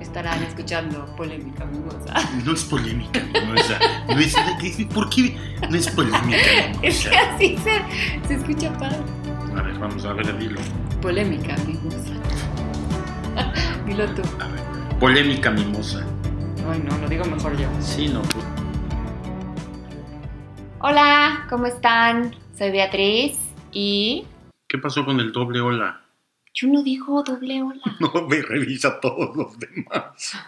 estarán escuchando polémica mimosa. No es polémica, mimosa. No es, ¿Por qué no es polémica, Es mimosa? que así se, se escucha padre. A ver, vamos a ver, dilo. Polémica mimosa. Dilo tú. A ver. Polémica, mimosa. Ay, no, lo digo mejor yo. Sí, no. Hola, ¿cómo están? Soy Beatriz y. ¿Qué pasó con el doble hola? Yo no digo doble hola. No, me revisa todos los demás.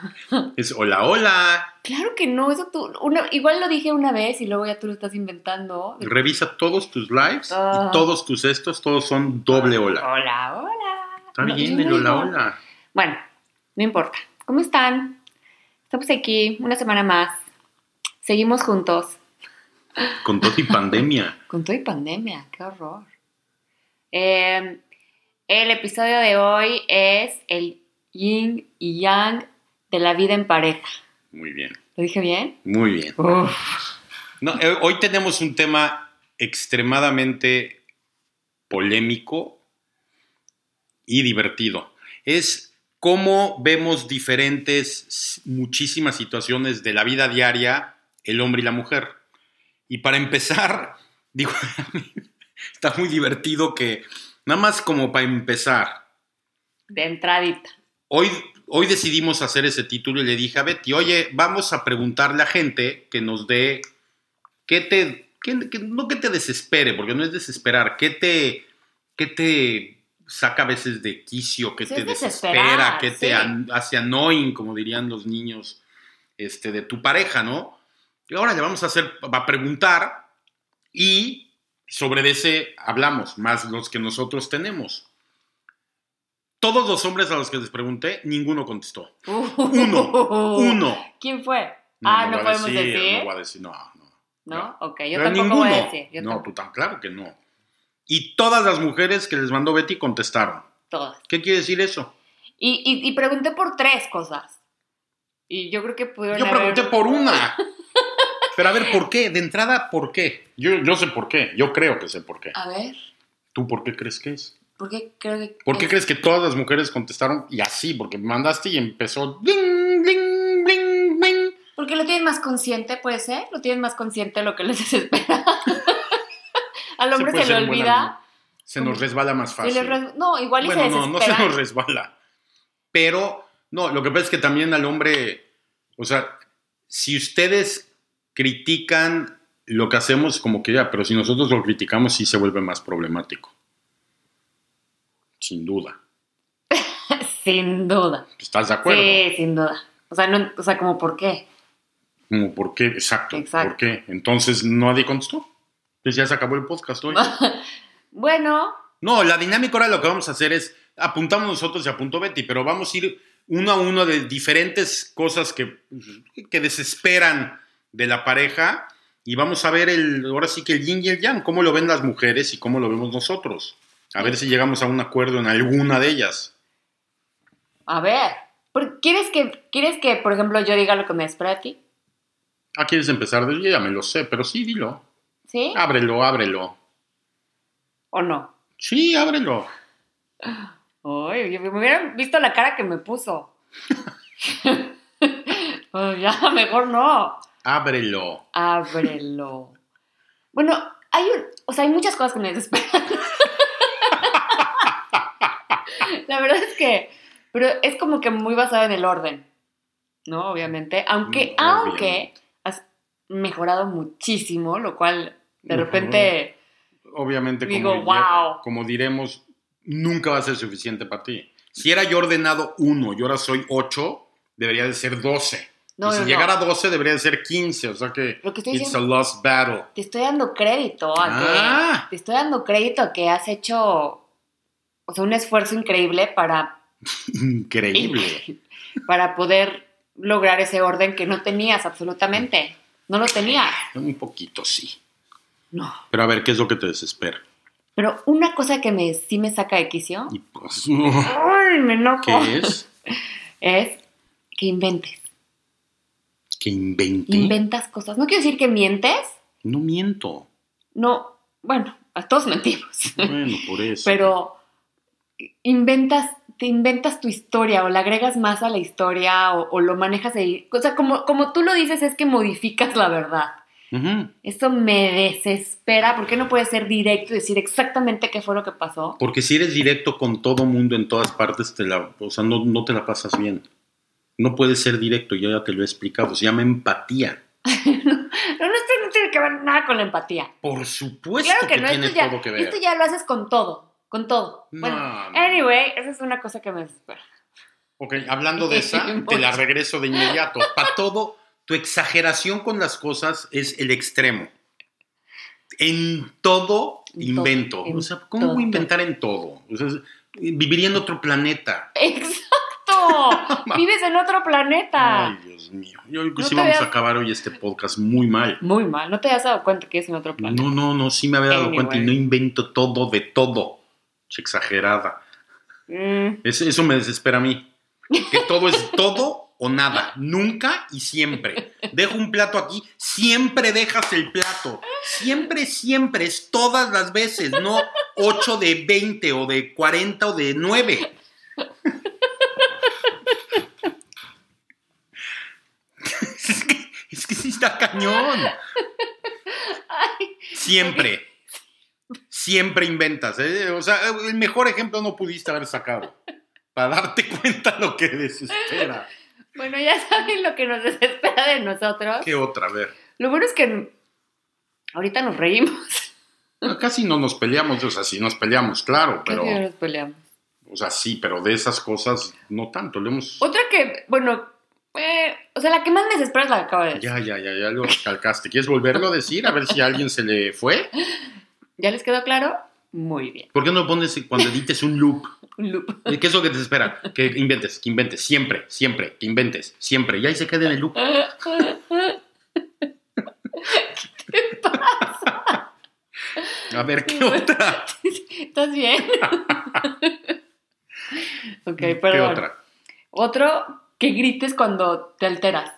Es hola, hola. Claro que no, eso tú. una- igual lo dije una vez y luego ya tú lo estás inventando. Revisa todos tus lives Ah. y todos tus estos, todos son doble hola. Hola, hola. Está No, Ah. bien, yo el no hola, digo- hola. Bueno, no importa. ¿Cómo están? Estamos aquí una semana más. Seguimos juntos. Con todo y pandemia. Con todo y pandemia, qué horror. Eh, el episodio de hoy es el yin y yang de la vida en pareja. Muy bien, ¿Lo dije bien? muy bien. No, eh, hoy tenemos un tema extremadamente polémico y divertido. Es cómo vemos diferentes s- muchísimas situaciones de la vida diaria el hombre y la mujer. Y para empezar, digo, está muy divertido que, nada más como para empezar, De entradita. Hoy, hoy decidimos hacer ese título y le dije a Betty, oye, vamos a preguntarle a gente que nos dé, qué te, qué- qué- no que te desespere, porque no es desesperar, qué te, qué te saca a veces de quicio, qué Sí, te es desespera, desesperar, qué te sí. an- hace annoying, como dirían los niños, este, de tu pareja, ¿no? Y ahora le vamos a hacer, va a preguntar y sobre ese hablamos, más los que nosotros tenemos. Todos los hombres a los que les pregunté, ninguno contestó. Uno, uno. ¿Quién fue? No, ah, no no voy a podemos decir. No voy a decir, no, no. ¿No? no. Ok, yo Pero tampoco voy a ninguno. decir. Yo no, tampoco. tú tan claro que no. Y todas las mujeres que les mandó Betty contestaron. Todas. ¿Qué quiere decir eso? Y, y, y pregunté por tres cosas. Y yo creo que pudieron Yo haber- pregunté por una. Pero a ver, ¿por qué? De entrada, ¿por qué? Yo, yo sé por qué. Yo creo que sé por qué. A ver, ¿Tú por qué crees que es? ¿por qué creo que... ¿Por qué es- crees que todas las mujeres contestaron y así? Porque mandaste y empezó. "Ding, ding, ding, ding". Porque lo tienes más consciente, puede ser. Lo tienes más consciente de lo que les desespera. Al hombre puede se, ser le un buen olvida. amigo. Se nos resbala más se le fácil. res- No, igual y se Bueno, no, no se desespera. nos resbala. Pero, no, lo que pasa es que también al hombre, o sea, si ustedes critican lo que hacemos como que ya, pero si nosotros lo criticamos sí se vuelve más problemático. Sin duda. Sin duda. ¿Estás de acuerdo? Sí, sin duda. O sea, no, o sea, como por qué. Como, ¿Por qué? Exacto. Exacto. ¿Por qué? Entonces nadie contestó. Entonces ya se acabó el podcast hoy. Bueno, No, la dinámica ahora lo que vamos a hacer es apuntamos nosotros y apuntó Betty, pero vamos a ir uno a uno de diferentes cosas que, que desesperan de la pareja y vamos a ver el, ahora sí que el yin y el yang, cómo lo ven las mujeres y cómo lo vemos nosotros. A ver si llegamos a un acuerdo en alguna de ellas. a ver. ¿por- ¿Quieres que, ¿Quieres que, por ejemplo, yo diga lo que me espera a ti? Ah, ¿quieres empezar? Yo ya me lo sé, pero sí, dilo. ¿Sí? Ábrelo, ábrelo. ¿O no? Sí, ábrelo. Ay, yo- me hubieran visto la cara que me puso. Pues ya, mejor no. Ábrelo. Ábrelo. Bueno, hay un, o sea, hay muchas cosas que me desesperan. La verdad es que, pero es como que muy basada en el orden, ¿no? Obviamente, aunque, Obviamente. aunque has mejorado muchísimo, lo cual de Ujú. repente, obviamente, Digo, como, "Wow". como diremos, nunca va a ser suficiente para ti. Si era yo ordenado uno y ahora soy 8, debería de ser 12. no, y si no, no. llegara a 12, debería de ser 15. O sea que Lo que estoy it's diciendo, a lost battle. te estoy dando crédito a que Ah, te estoy dando crédito a que has hecho o sea, un esfuerzo increíble para, increíble. para poder lograr ese orden que no tenías absolutamente. No lo tenías. Un poquito sí. No. Pero a ver, ¿qué es lo que te desespera? Pero una cosa que me, sí me saca de quicio, Y pues, ¡ay, me enojo! ¿Qué es? Es que inventes. Que inventé. Inventas cosas. No quiero decir que mientes. no miento. No, bueno, a todos mentimos. Bueno, por eso. Pero inventas te inventas tu historia o le agregas más a la historia o, o lo manejas ahí. O sea, como, como tú lo dices, es que modificas la verdad. Ujú. Esto me desespera. ¿Por qué no puedes ser directo y decir exactamente qué fue lo que pasó? Porque si eres directo con todo mundo en todas partes, te la, o sea, no, no te la pasas bien. No puedes ser directo, yo ya te lo he explicado, se llama empatía. Pero no, esto no tiene que ver nada con la empatía. Por supuesto claro Pues que, que no, tiene esto ya, todo que ver. esto ya lo haces con todo, con todo. No, bueno, no. anyway, esa es una cosa que me desespera. Ok, hablando de esa, te la regreso de inmediato. Para todo, tu exageración con las cosas es el extremo. En todo En todo, invento. en o sea, ¿cómo todo. voy a inventar en todo? O sea, es- viviría en otro planeta. ¡Exacto! Vives en otro planeta. Ay, Dios mío. Yo creo que No sí te vamos veas- a acabar hoy este podcast muy mal. Muy mal, no te has dado cuenta que es en otro planeta. No, no, no, sí me había dado Anyway. cuenta y no invento todo de todo. Che, Exagerada. Mm, Es- eso me desespera a mí. Que todo es todo o nada. Nunca y siempre. Dejo un plato aquí, siempre dejas el plato. Siempre, siempre, es todas las veces, no 8 de 20 o de 40 o de 9. Es que, es que sí está cañón. Siempre. Siempre inventas. ¿eh? O sea, el mejor ejemplo no pudiste haber sacado. Para darte cuenta lo que desespera. Bueno, ya saben lo que nos desespera de nosotros. ¿Qué otra? A ver. Lo bueno es que ahorita nos reímos, Ah, Casi no nos peleamos. O sea, sí nos peleamos, claro. casi Pero, no nos peleamos. o sea, sí, pero de esas cosas no tanto. Le hemos... Otra que, bueno, eh, o sea, la que más me desespera es la que acabo de decir. Ya, ya, ya, ya lo recalcaste. ¿Quieres volverlo a decir? A ver si a alguien se le fue. ¿Ya les quedó claro? Muy bien. ¿Por qué no pones cuando edites un loop? Un loop. ¿Qué es lo que te espera? Que inventes, que inventes, siempre, siempre, que inventes, siempre. Y ahí se queda en el loop. A ver, ¿qué otra? ¿Estás bien? ok, ¿Qué perdón. otra? Otro, que grites cuando te alteras.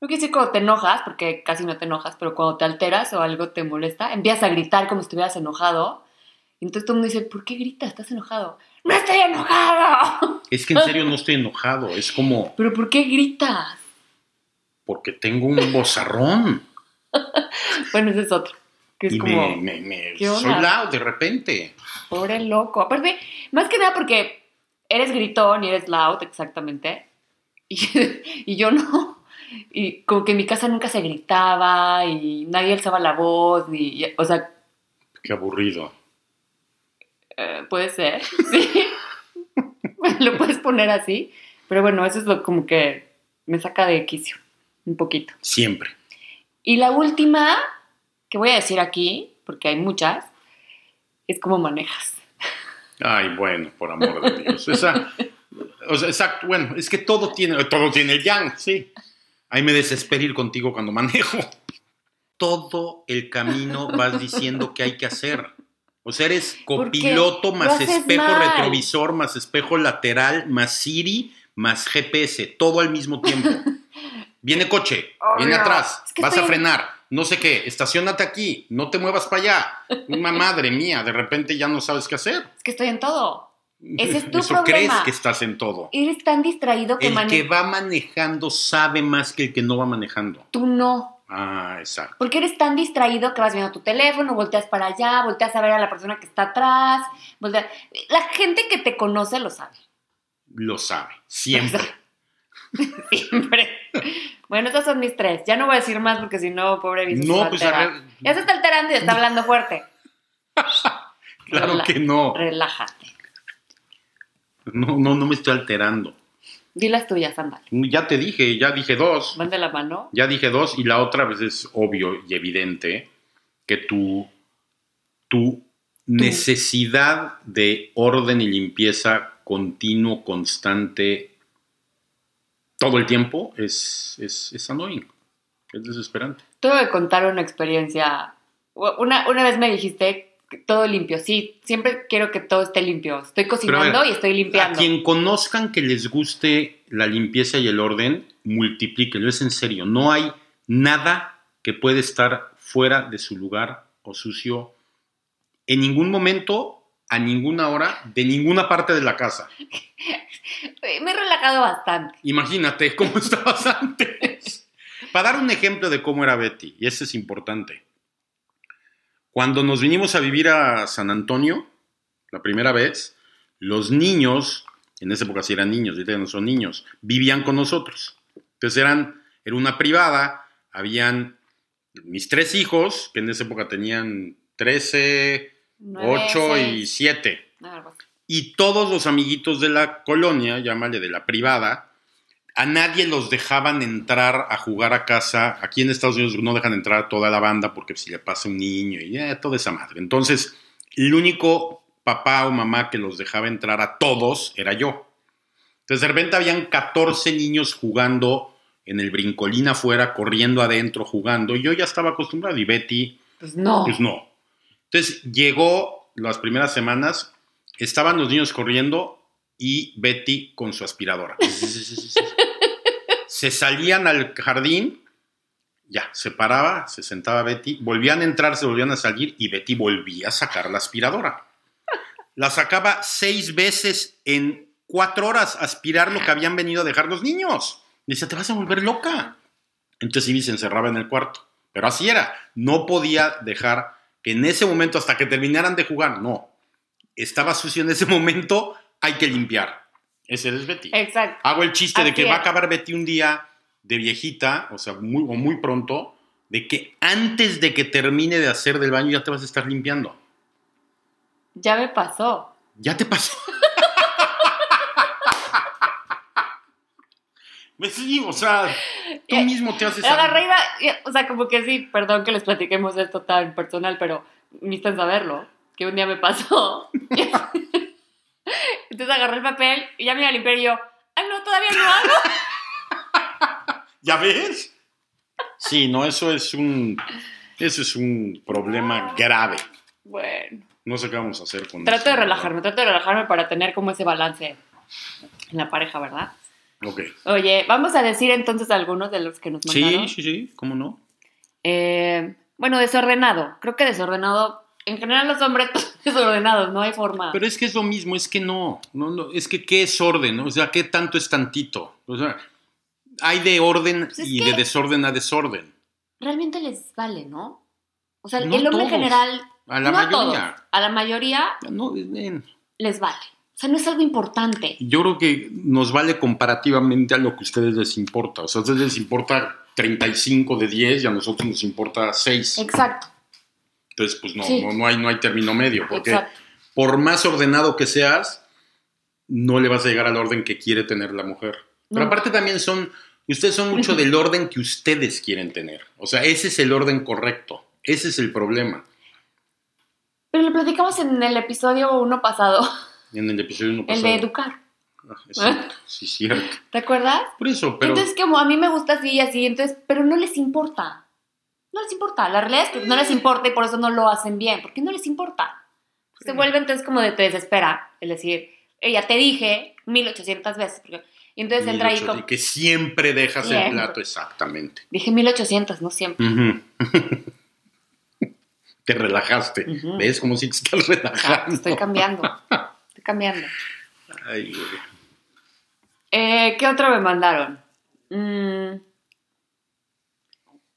Lo que sí cuando te enojas, porque casi no te enojas, pero cuando te alteras o algo te molesta, empiezas a gritar como si estuvieras enojado. Y entonces todo el mundo dice, ¿por qué gritas? ¿Estás enojado? ¡No estoy enojado! Es que en serio no estoy enojado, es como ¿Pero por qué gritas? porque tengo un bozarrón Bueno, ese es otro. Que es y como... me, me- me- ¿qué soy onda? lao de repente. Pobre loco. Aparte, más que nada porque eres gritón y eres loud, exactamente. Y, y yo no. Y como que en mi casa nunca se gritaba y nadie alzaba la voz. Ni, y- o sea, Qué aburrido. eh, puede ser. Sí. lo puedes poner así. Pero bueno, eso es lo como que me saca de quicio. Un poquito. Siempre. Y la última que voy a decir aquí, porque hay muchas, es cómo manejas. Ay, bueno, por amor de Dios. Esa, o sea, exacto, bueno, es que todo tiene, todo tiene el yang, sí. Ahí me desespero ir contigo cuando manejo. Todo el camino vas diciendo que hay que hacer. O sea, eres Porque copiloto lo más haces espejo mal. retrovisor, más espejo lateral, más Siri, más GPS, todo al mismo tiempo. Viene coche, Oh, viene no. atrás, Es que vas a estoy en- frenar, no sé qué, estacionate aquí, no te muevas para allá. Una madre mía, de repente ya no sabes qué hacer. Es que estoy en todo. Ese es tu Eso crees problema. que estás en todo. Eres tan distraído que El que manejas. va manejando sabe más que el que no va manejando. Tú no. Ah, exacto. Porque eres tan distraído que vas viendo tu teléfono, volteas para allá, volteas a ver a la persona que está atrás. volteas- La gente que te conoce lo sabe. Lo sabe. Siempre. Siempre. bueno, esas son mis tres. Ya no voy a decir más porque si no, pobre Vicky. se va No, a pues alterar. a ver, Ya se está alterando y está hablando fuerte. claro Rela- que no. Relájate. No, no, no me estoy alterando. Di las tuyas, ándale. Ya te dije, ya dije dos. Van de la mano. Ya dije dos y la otra vez es obvio y evidente que tu, tu necesidad de orden y limpieza continuo, constante, todo el tiempo es, es, es annoying, es desesperante. Tengo que contar una experiencia. Una, una vez me dijiste que todo limpio. Sí, siempre quiero que todo esté limpio. Estoy a ver, cocinando y estoy A limpiando. quien conozcan que les guste la limpieza y el orden, multiplíquenlo, es en serio. No hay nada que puede estar fuera de su lugar o sucio en ningún momento a ninguna hora de ninguna parte de la casa. Eh, Me he relajado bastante. Imagínate cómo estabas antes. Para dar un ejemplo de cómo era Betty, y este es importante. Cuando nos vinimos a vivir a San Antonio, la primera vez, los niños, en esa época sí eran niños, ahorita no son niños, vivían con nosotros. Entonces eran, era una privada, habían mis tres hijos, que en esa época tenían 13, Nueve, 8 y seis, 7 algo así. y todos los amiguitos de la colonia, llámale de la privada, a nadie los dejaban entrar a jugar a casa. Aquí en Estados Unidos no dejan entrar a toda la banda porque si le pasa un niño y eh, toda esa madre. Entonces, el único papá o mamá que los dejaba entrar a todos era yo. Entonces, de repente habían 14 niños jugando en el brincolín afuera, corriendo adentro, jugando. Y yo ya estaba acostumbrado. Y Betty, Pues no. pues no. Entonces llegó las primeras semanas, estaban los niños corriendo y Betty con su aspiradora. se salían al jardín, ya, se paraba, se sentaba Betty, volvían a entrar, se volvían a salir y Betty volvía a sacar la aspiradora. La sacaba seis veces en cuatro horas a aspirar lo que habían venido a dejar los niños. Dice, te vas a volver loca. Entonces Ivy se encerraba en el cuarto. Pero así era. No podía dejar que en ese momento, hasta que terminaran de jugar, no. Estaba sucio en ese momento, hay que limpiar. Ese es Betty. Exacto. Hago el chiste de Eh, Así que va a es. acabar Betty un día de viejita, o sea, muy, o muy pronto, de que antes de que termine de hacer del baño ya te vas a estar limpiando. Ya me pasó. Ya te pasó. Pues Sí, o sea, tú Eh, mismo te haces... La algo. agarré y va- y- o sea, como que sí, perdón que les platiquemos esto tan personal, pero necesitan saberlo, que un día me pasó. Entonces agarré el papel y ya me iba a limpiar y yo, ah, no, todavía no hago. ¿Ya ves? Sí, no, eso es un, eso es un problema grave. Bueno, No sé qué vamos a hacer con trato de esto. relajarme, trato de relajarme para tener como ese balance en la pareja, ¿verdad? Ok. Oye, vamos a decir entonces algunos de los que nos mandaron. Sí, sí, sí, ¿cómo no? Eh, bueno, desordenado. Creo que desordenado. En general los hombres pues, desordenados, no hay forma. Pero es que es lo mismo, es que no, no, no, es que qué es orden, o sea, qué tanto es tantito. O sea, hay de orden Pues es y que- de desorden a desorden. Realmente les vale, ¿no? O sea, No el hombre en todos. general, A la no a mayoría. todos, a la mayoría No, ven, les vale. O sea, no es algo importante. yo creo que nos vale comparativamente a lo que a ustedes les importa. O sea, a ustedes les importa 35 de 10 y a nosotros nos importa 6. Exacto, Entonces, pues no, Sí. no, no hay, no hay término medio, porque exacto. por más ordenado que seas, no le vas a llegar al orden que quiere tener la mujer. Pero No. aparte también son, ustedes son mucho del orden que ustedes quieren tener. O sea, ese es el orden correcto. Ese es el problema. Pero lo platicamos en el episodio uno pasado, En el episodio uno el pasado. de educar. Ah, exacto. Sí, cierto. ¿Te acuerdas? Por eso, pero... Entonces, como a mí me gusta así y así, entonces, pero no les importa. No les importa. La realidad es que no les Mm. importa y por eso no lo hacen bien, porque no les importa. Se Sí. vuelve entonces como de te desespera, es decir, ella te dije 1800 veces. porque- y entonces entra ahí 1800, como, y que siempre dejas el Siempre. plato, exactamente. dije 1800, no siempre. Ujú. Te relajaste. Ujú. ¿Ves? Como si te estás Ah, relajando. Estoy cambiando. Estoy cambiando. Ay, güey. Eh, ¿Qué otro me mandaron? Mm,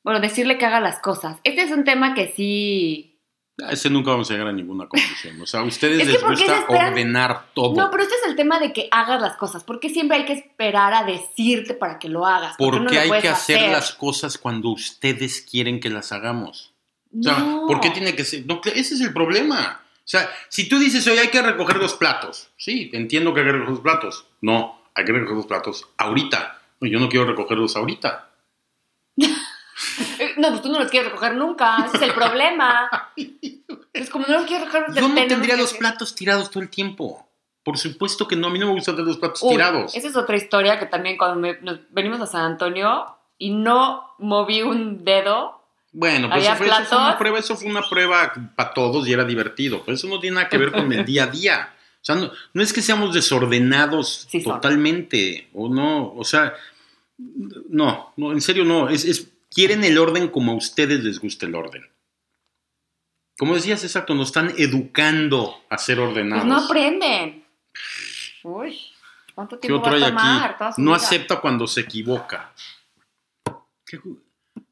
bueno, decirle que haga las cosas. Este es un tema que sí A Ese nunca vamos a llegar a ninguna conclusión. O sea, a ustedes Es que les ¿por qué se gusta esperan? ordenar todo. No, pero este es el tema de que hagas las cosas. porque siempre hay que esperar a decirte para que lo hagas? ¿Por qué ¿Por no qué lo hay puedes que hacer, las cosas cuando ustedes quieren que las hagamos? O sea, No. ¿por qué tiene que ser? No, que- ese es el problema. O sea, si tú dices, hoy hay que recoger los platos. Sí, entiendo que hay que recoger los platos. No, hay que recoger los platos ahorita. No, yo no quiero recogerlos ahorita. Eh, No, pues tú no los quieres recoger nunca. Ese es el problema. Pues como no los quieres recoger... Yo no tenemos tendría que- los platos tirados todo el tiempo. Por supuesto que no, a mí no me gusta tener los platos Uy, tirados. Esa es otra historia que también cuando me- nos venimos a San Antonio y no moví un dedo, Bueno, pues Había eso fue, eso fue una platos. prueba, eso fue una prueba para todos y era divertido. Pero eso no tiene nada que ver con el día a día. O sea, no, no es que seamos desordenados Sí son. totalmente, o no, o sea, no, no, en serio no. Es, es- quieren el orden como a ustedes les gusta el orden. Como decías, exacto, nos están educando a ser ordenados. Pues no aprenden. Uy, ¿cuánto ¿Qué tiempo otro hay va a tomar? Toda aquí? su No vida. acepta cuando se equivoca. ¿Qué ju-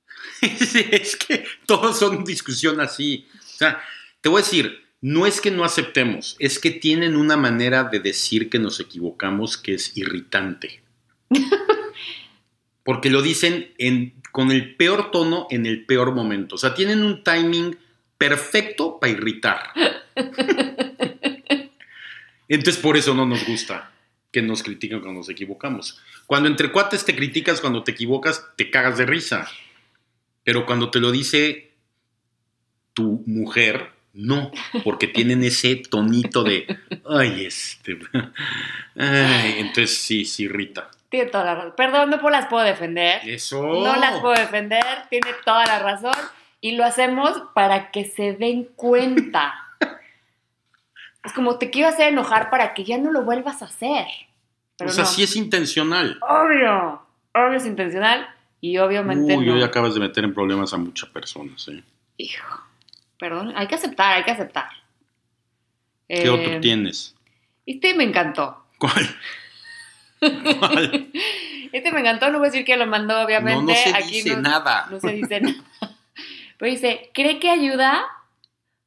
es que todos son discusión así. O sea, te voy a decir, no es que no aceptemos, es que tienen una manera de decir que nos equivocamos que es irritante. Porque lo dicen en- con el peor tono en el peor momento. O sea, tienen un timing perfecto para irritar. Entonces, por eso no nos gusta que nos critican cuando nos equivocamos. Cuando entre cuates te criticas, cuando te equivocas, te cagas de risa. Pero cuando te lo dice tu mujer, no, porque tienen ese tonito de, ay, este, ay, entonces sí, sí irrita. Tiene toda la razón. Perdón, no pues las puedo defender. Eso. No las puedo defender, tiene toda la razón. Y lo hacemos para que se den cuenta. es como te quiero hacer enojar para que ya no lo vuelvas a hacer. Pero o sea, no. sí es intencional. Obvio. Obvio es intencional y obviamente Uy, no. hoy acabas de meter en problemas a muchas personas. ¿eh? Hijo. Perdón, hay que aceptar, hay que aceptar. ¿Qué Eh, otro tienes? Este me encantó. ¿Cuál? ¿Cuál? Este me encantó, no voy a decir que lo mandó, obviamente. No, no se Aquí dice no- nada. No se dice nada. Pero dice, cree que ayuda,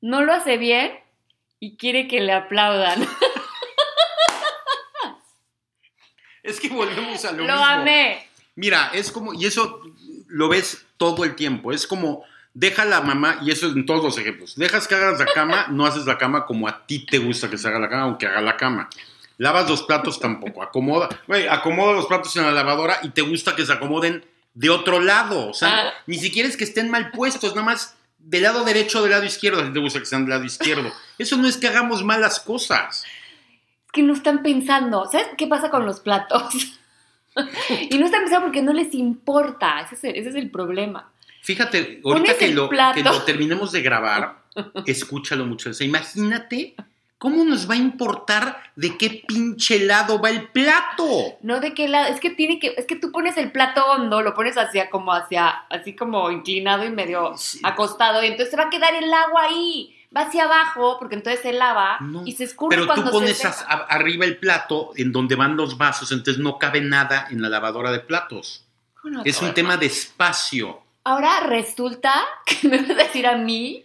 no lo hace bien y quiere que le aplaudan. Es que volvemos a lo, Lo, mismo. amé. Mira, es como, y eso lo ves todo el tiempo, es como, deja la mamá, y eso en todos los ejemplos, dejas que hagas la cama, no haces la cama como a ti te gusta que se haga la cama, aunque haga la cama. Lavas los platos tampoco, acomoda, güey, acomoda los platos en la lavadora y te gusta que se acomoden de otro lado, o sea, Ah. ni siquiera es que estén mal puestos, nada más del lado derecho o del lado izquierdo, a ti te gusta que sean del lado izquierdo. Eso no es que hagamos malas cosas. Es que no están pensando. ¿Sabes qué pasa con los platos? y no están pensando porque no les importa. Ese es el, ese es el problema. Fíjate, Pones ahorita que el lo, plato. que lo terminemos de grabar, escúchalo mucho. O sea, imagínate cómo nos va a importar de qué pinche lado va el plato. No de qué lado. Es que tiene que. Es que tú pones el plato hondo, lo pones hacia como hacia. Así como inclinado y medio Sí. acostado. Y entonces se va a quedar el agua ahí. Va hacia abajo porque entonces se lava No, y se escurre Pero cuando tú pones se seca. as- a- arriba el plato en donde van los vasos, entonces no cabe nada en la lavadora de platos. Bueno, Es un bueno. tema de espacio. Ahora resulta que me vas a decir a mí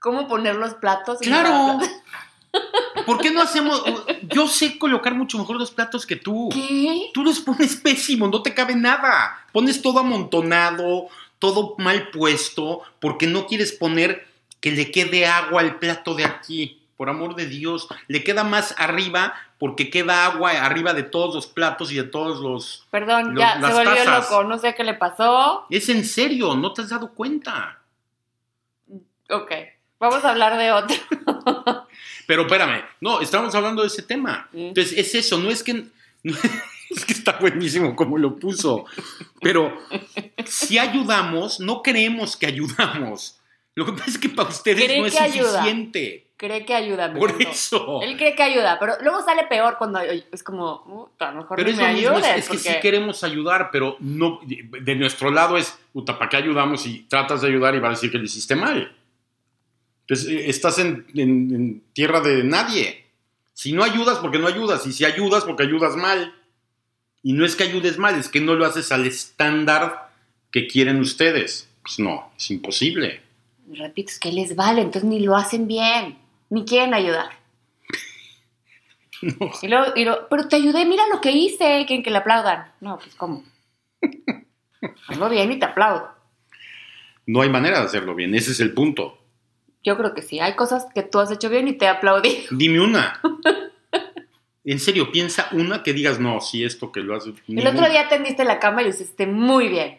cómo poner los platos. en Claro. la- ¿Por qué no hacemos? Yo sé colocar mucho mejor los platos que tú. ¿Qué? Tú los pones pésimo, no te cabe nada. Pones todo amontonado, todo mal puesto, porque no quieres poner que le quede agua al plato de aquí. Por amor de Dios, le queda más arriba porque queda agua arriba de todos los platos y de todos los... Perdón, Lo- ya las se volvió tazas. loco, no sé qué le pasó. Es en serio, no te has dado cuenta. Ok, vamos a hablar de otro. Pero espérame, no, estamos hablando de ese tema. Mm. Entonces, es eso, no es que... es que está buenísimo como lo puso. Pero si ayudamos, no creemos que ayudamos. Lo que pasa es que para ustedes Cree no es que ayuda. suficiente. Cree que ayuda, me Por encantó. eso. Él cree que ayuda, pero luego sale peor cuando oye, es como, "Puta, mejor Pero ni es me lo mismo, es, ayudes. es que sí porque- queremos ayudar, pero no de nuestro lado es, puta, ¿para qué ayudamos? Y tratas de ayudar y va a decir que lo hiciste mal. Entonces, eh, estás en, en- en tierra de nadie. Si no ayudas, porque no ayudas. Y si ayudas, porque ayudas mal. Y no es que ayudes mal, es que no lo haces al estándar que quieren ustedes. Pues no, es imposible. Repito, es que les vale, entonces ni lo hacen bien, ni quieren ayudar. Y luego, y luego, pero te ayudé, mira lo que hice, quieren que le aplaudan. No, pues cómo. Hazlo bien y te aplaudo. No hay manera de hacerlo bien, ese es el punto. Yo creo que sí, hay cosas que tú has hecho bien y te aplaudí. Dime una. En serio, piensa una que digas, no, si esto que lo hace... El otro día tendiste la cama y lo hiciste muy bien.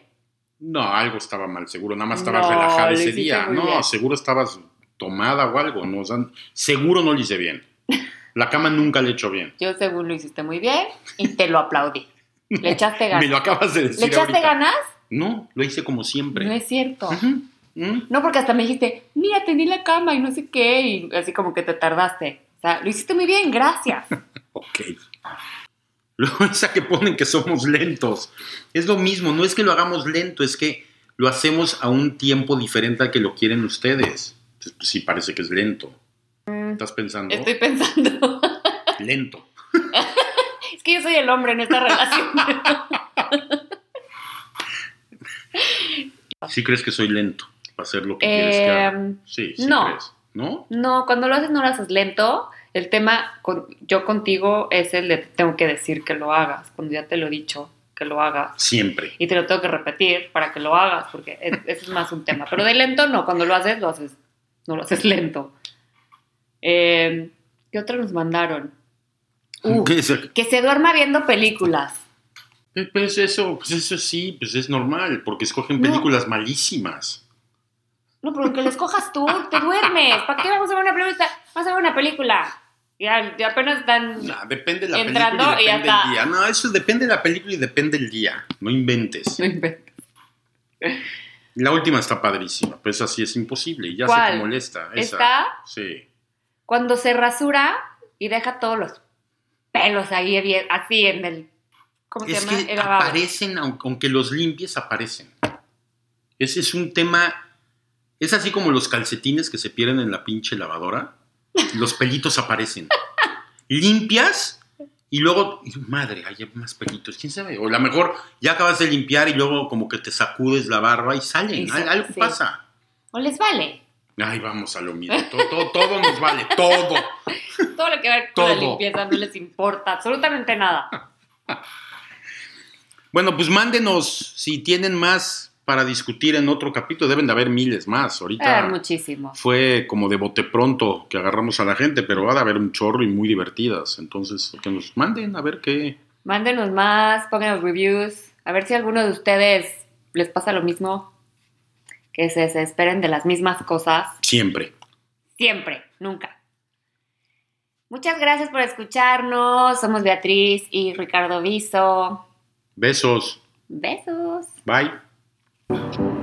No, algo estaba mal, seguro, nada más estabas No, relajada lo ese hiciste día. muy No, bien. seguro estabas tomada o algo, no, o sea, seguro no lo hice bien. La cama nunca le he hecho bien. Yo según lo hiciste muy bien y te lo aplaudí. Le echaste Me ganas. lo acabas de decir ¿Le echaste ahorita. ganas? No, lo hice como siempre. No es cierto. Ujú, ujú. No, porque hasta me dijiste, mira, tendí la cama y no sé qué, y así como que te tardaste. O sea, lo hiciste muy bien, gracias. Ok. Luego esa que ponen que somos lentos. Es lo mismo, no es que lo hagamos lento, es que lo hacemos a un tiempo diferente al que lo quieren ustedes. Pues, pues sí, parece que es lento. ¿Estás pensando? Mm. Estoy pensando. Lento. es que yo soy el hombre en esta relación. ¿Sí crees que soy lento para hacer lo que Eh, quieres que haga? Sí, sí no. crees. ¿No? No, cuando lo haces no lo haces lento. El tema con- yo contigo es el de te tengo que decir que lo hagas. Cuando ya te lo he dicho, que lo hagas. Siempre. Y te lo tengo que repetir para que lo hagas, porque es- ese es más un tema. Pero de lento no, cuando lo haces, lo haces, no lo haces lento. Eh, ¿Qué otro nos mandaron? Uh, ¿Qué es el- que se duerma viendo películas. Pues eso, pues eso sí, pues es normal, porque escogen No. películas malísimas. No, pero que lo escojas tú, te duermes. ¿Para qué vamos a ver una película? Vamos a ver una película. Ya, ya apenas dan... Nah, depende de la Entrando película y y ya depende del está. día. No, eso depende de la película y depende del día. No inventes. No inventes. La última está padrísima, pues así es imposible. Ya sé ¿Cuál? que molesta. Esa. Está... Sí. cuando se rasura y deja todos los pelos ahí bien- así en el ¿cómo se Es llama? que el lavabo. aparecen, aun- aunque los limpies, aparecen. Ese es un tema. Es así como los calcetines que se pierden en la pinche lavadora. Los pelitos aparecen. Limpias y luego, y, madre, hay más pelitos. ¿Quién sabe? O a lo mejor ya acabas de limpiar y luego como que te sacudes la barba y salen. Y Al- sa- algo sí. pasa. ¿O les vale? Ay, vamos a lo mismo. Todo, todo, todo nos vale. Todo. Todo lo que va con la Todo. limpieza no les importa absolutamente nada. Bueno, pues mándenos si tienen más para discutir en otro capítulo. Deben de haber miles más. Ahorita. Ah, muchísimo. fue como de bote pronto que agarramos a la gente, pero va a haber un chorro y muy divertidas. Entonces, que nos manden a ver qué. Mándenos más, pónganos reviews, a ver si a alguno de ustedes les pasa lo mismo, que se desesperen de las mismas cosas Siempre. siempre, nunca. Muchas gracias por escucharnos. Somos Beatriz y Ricardo Viso. Besos. Besos. Bye.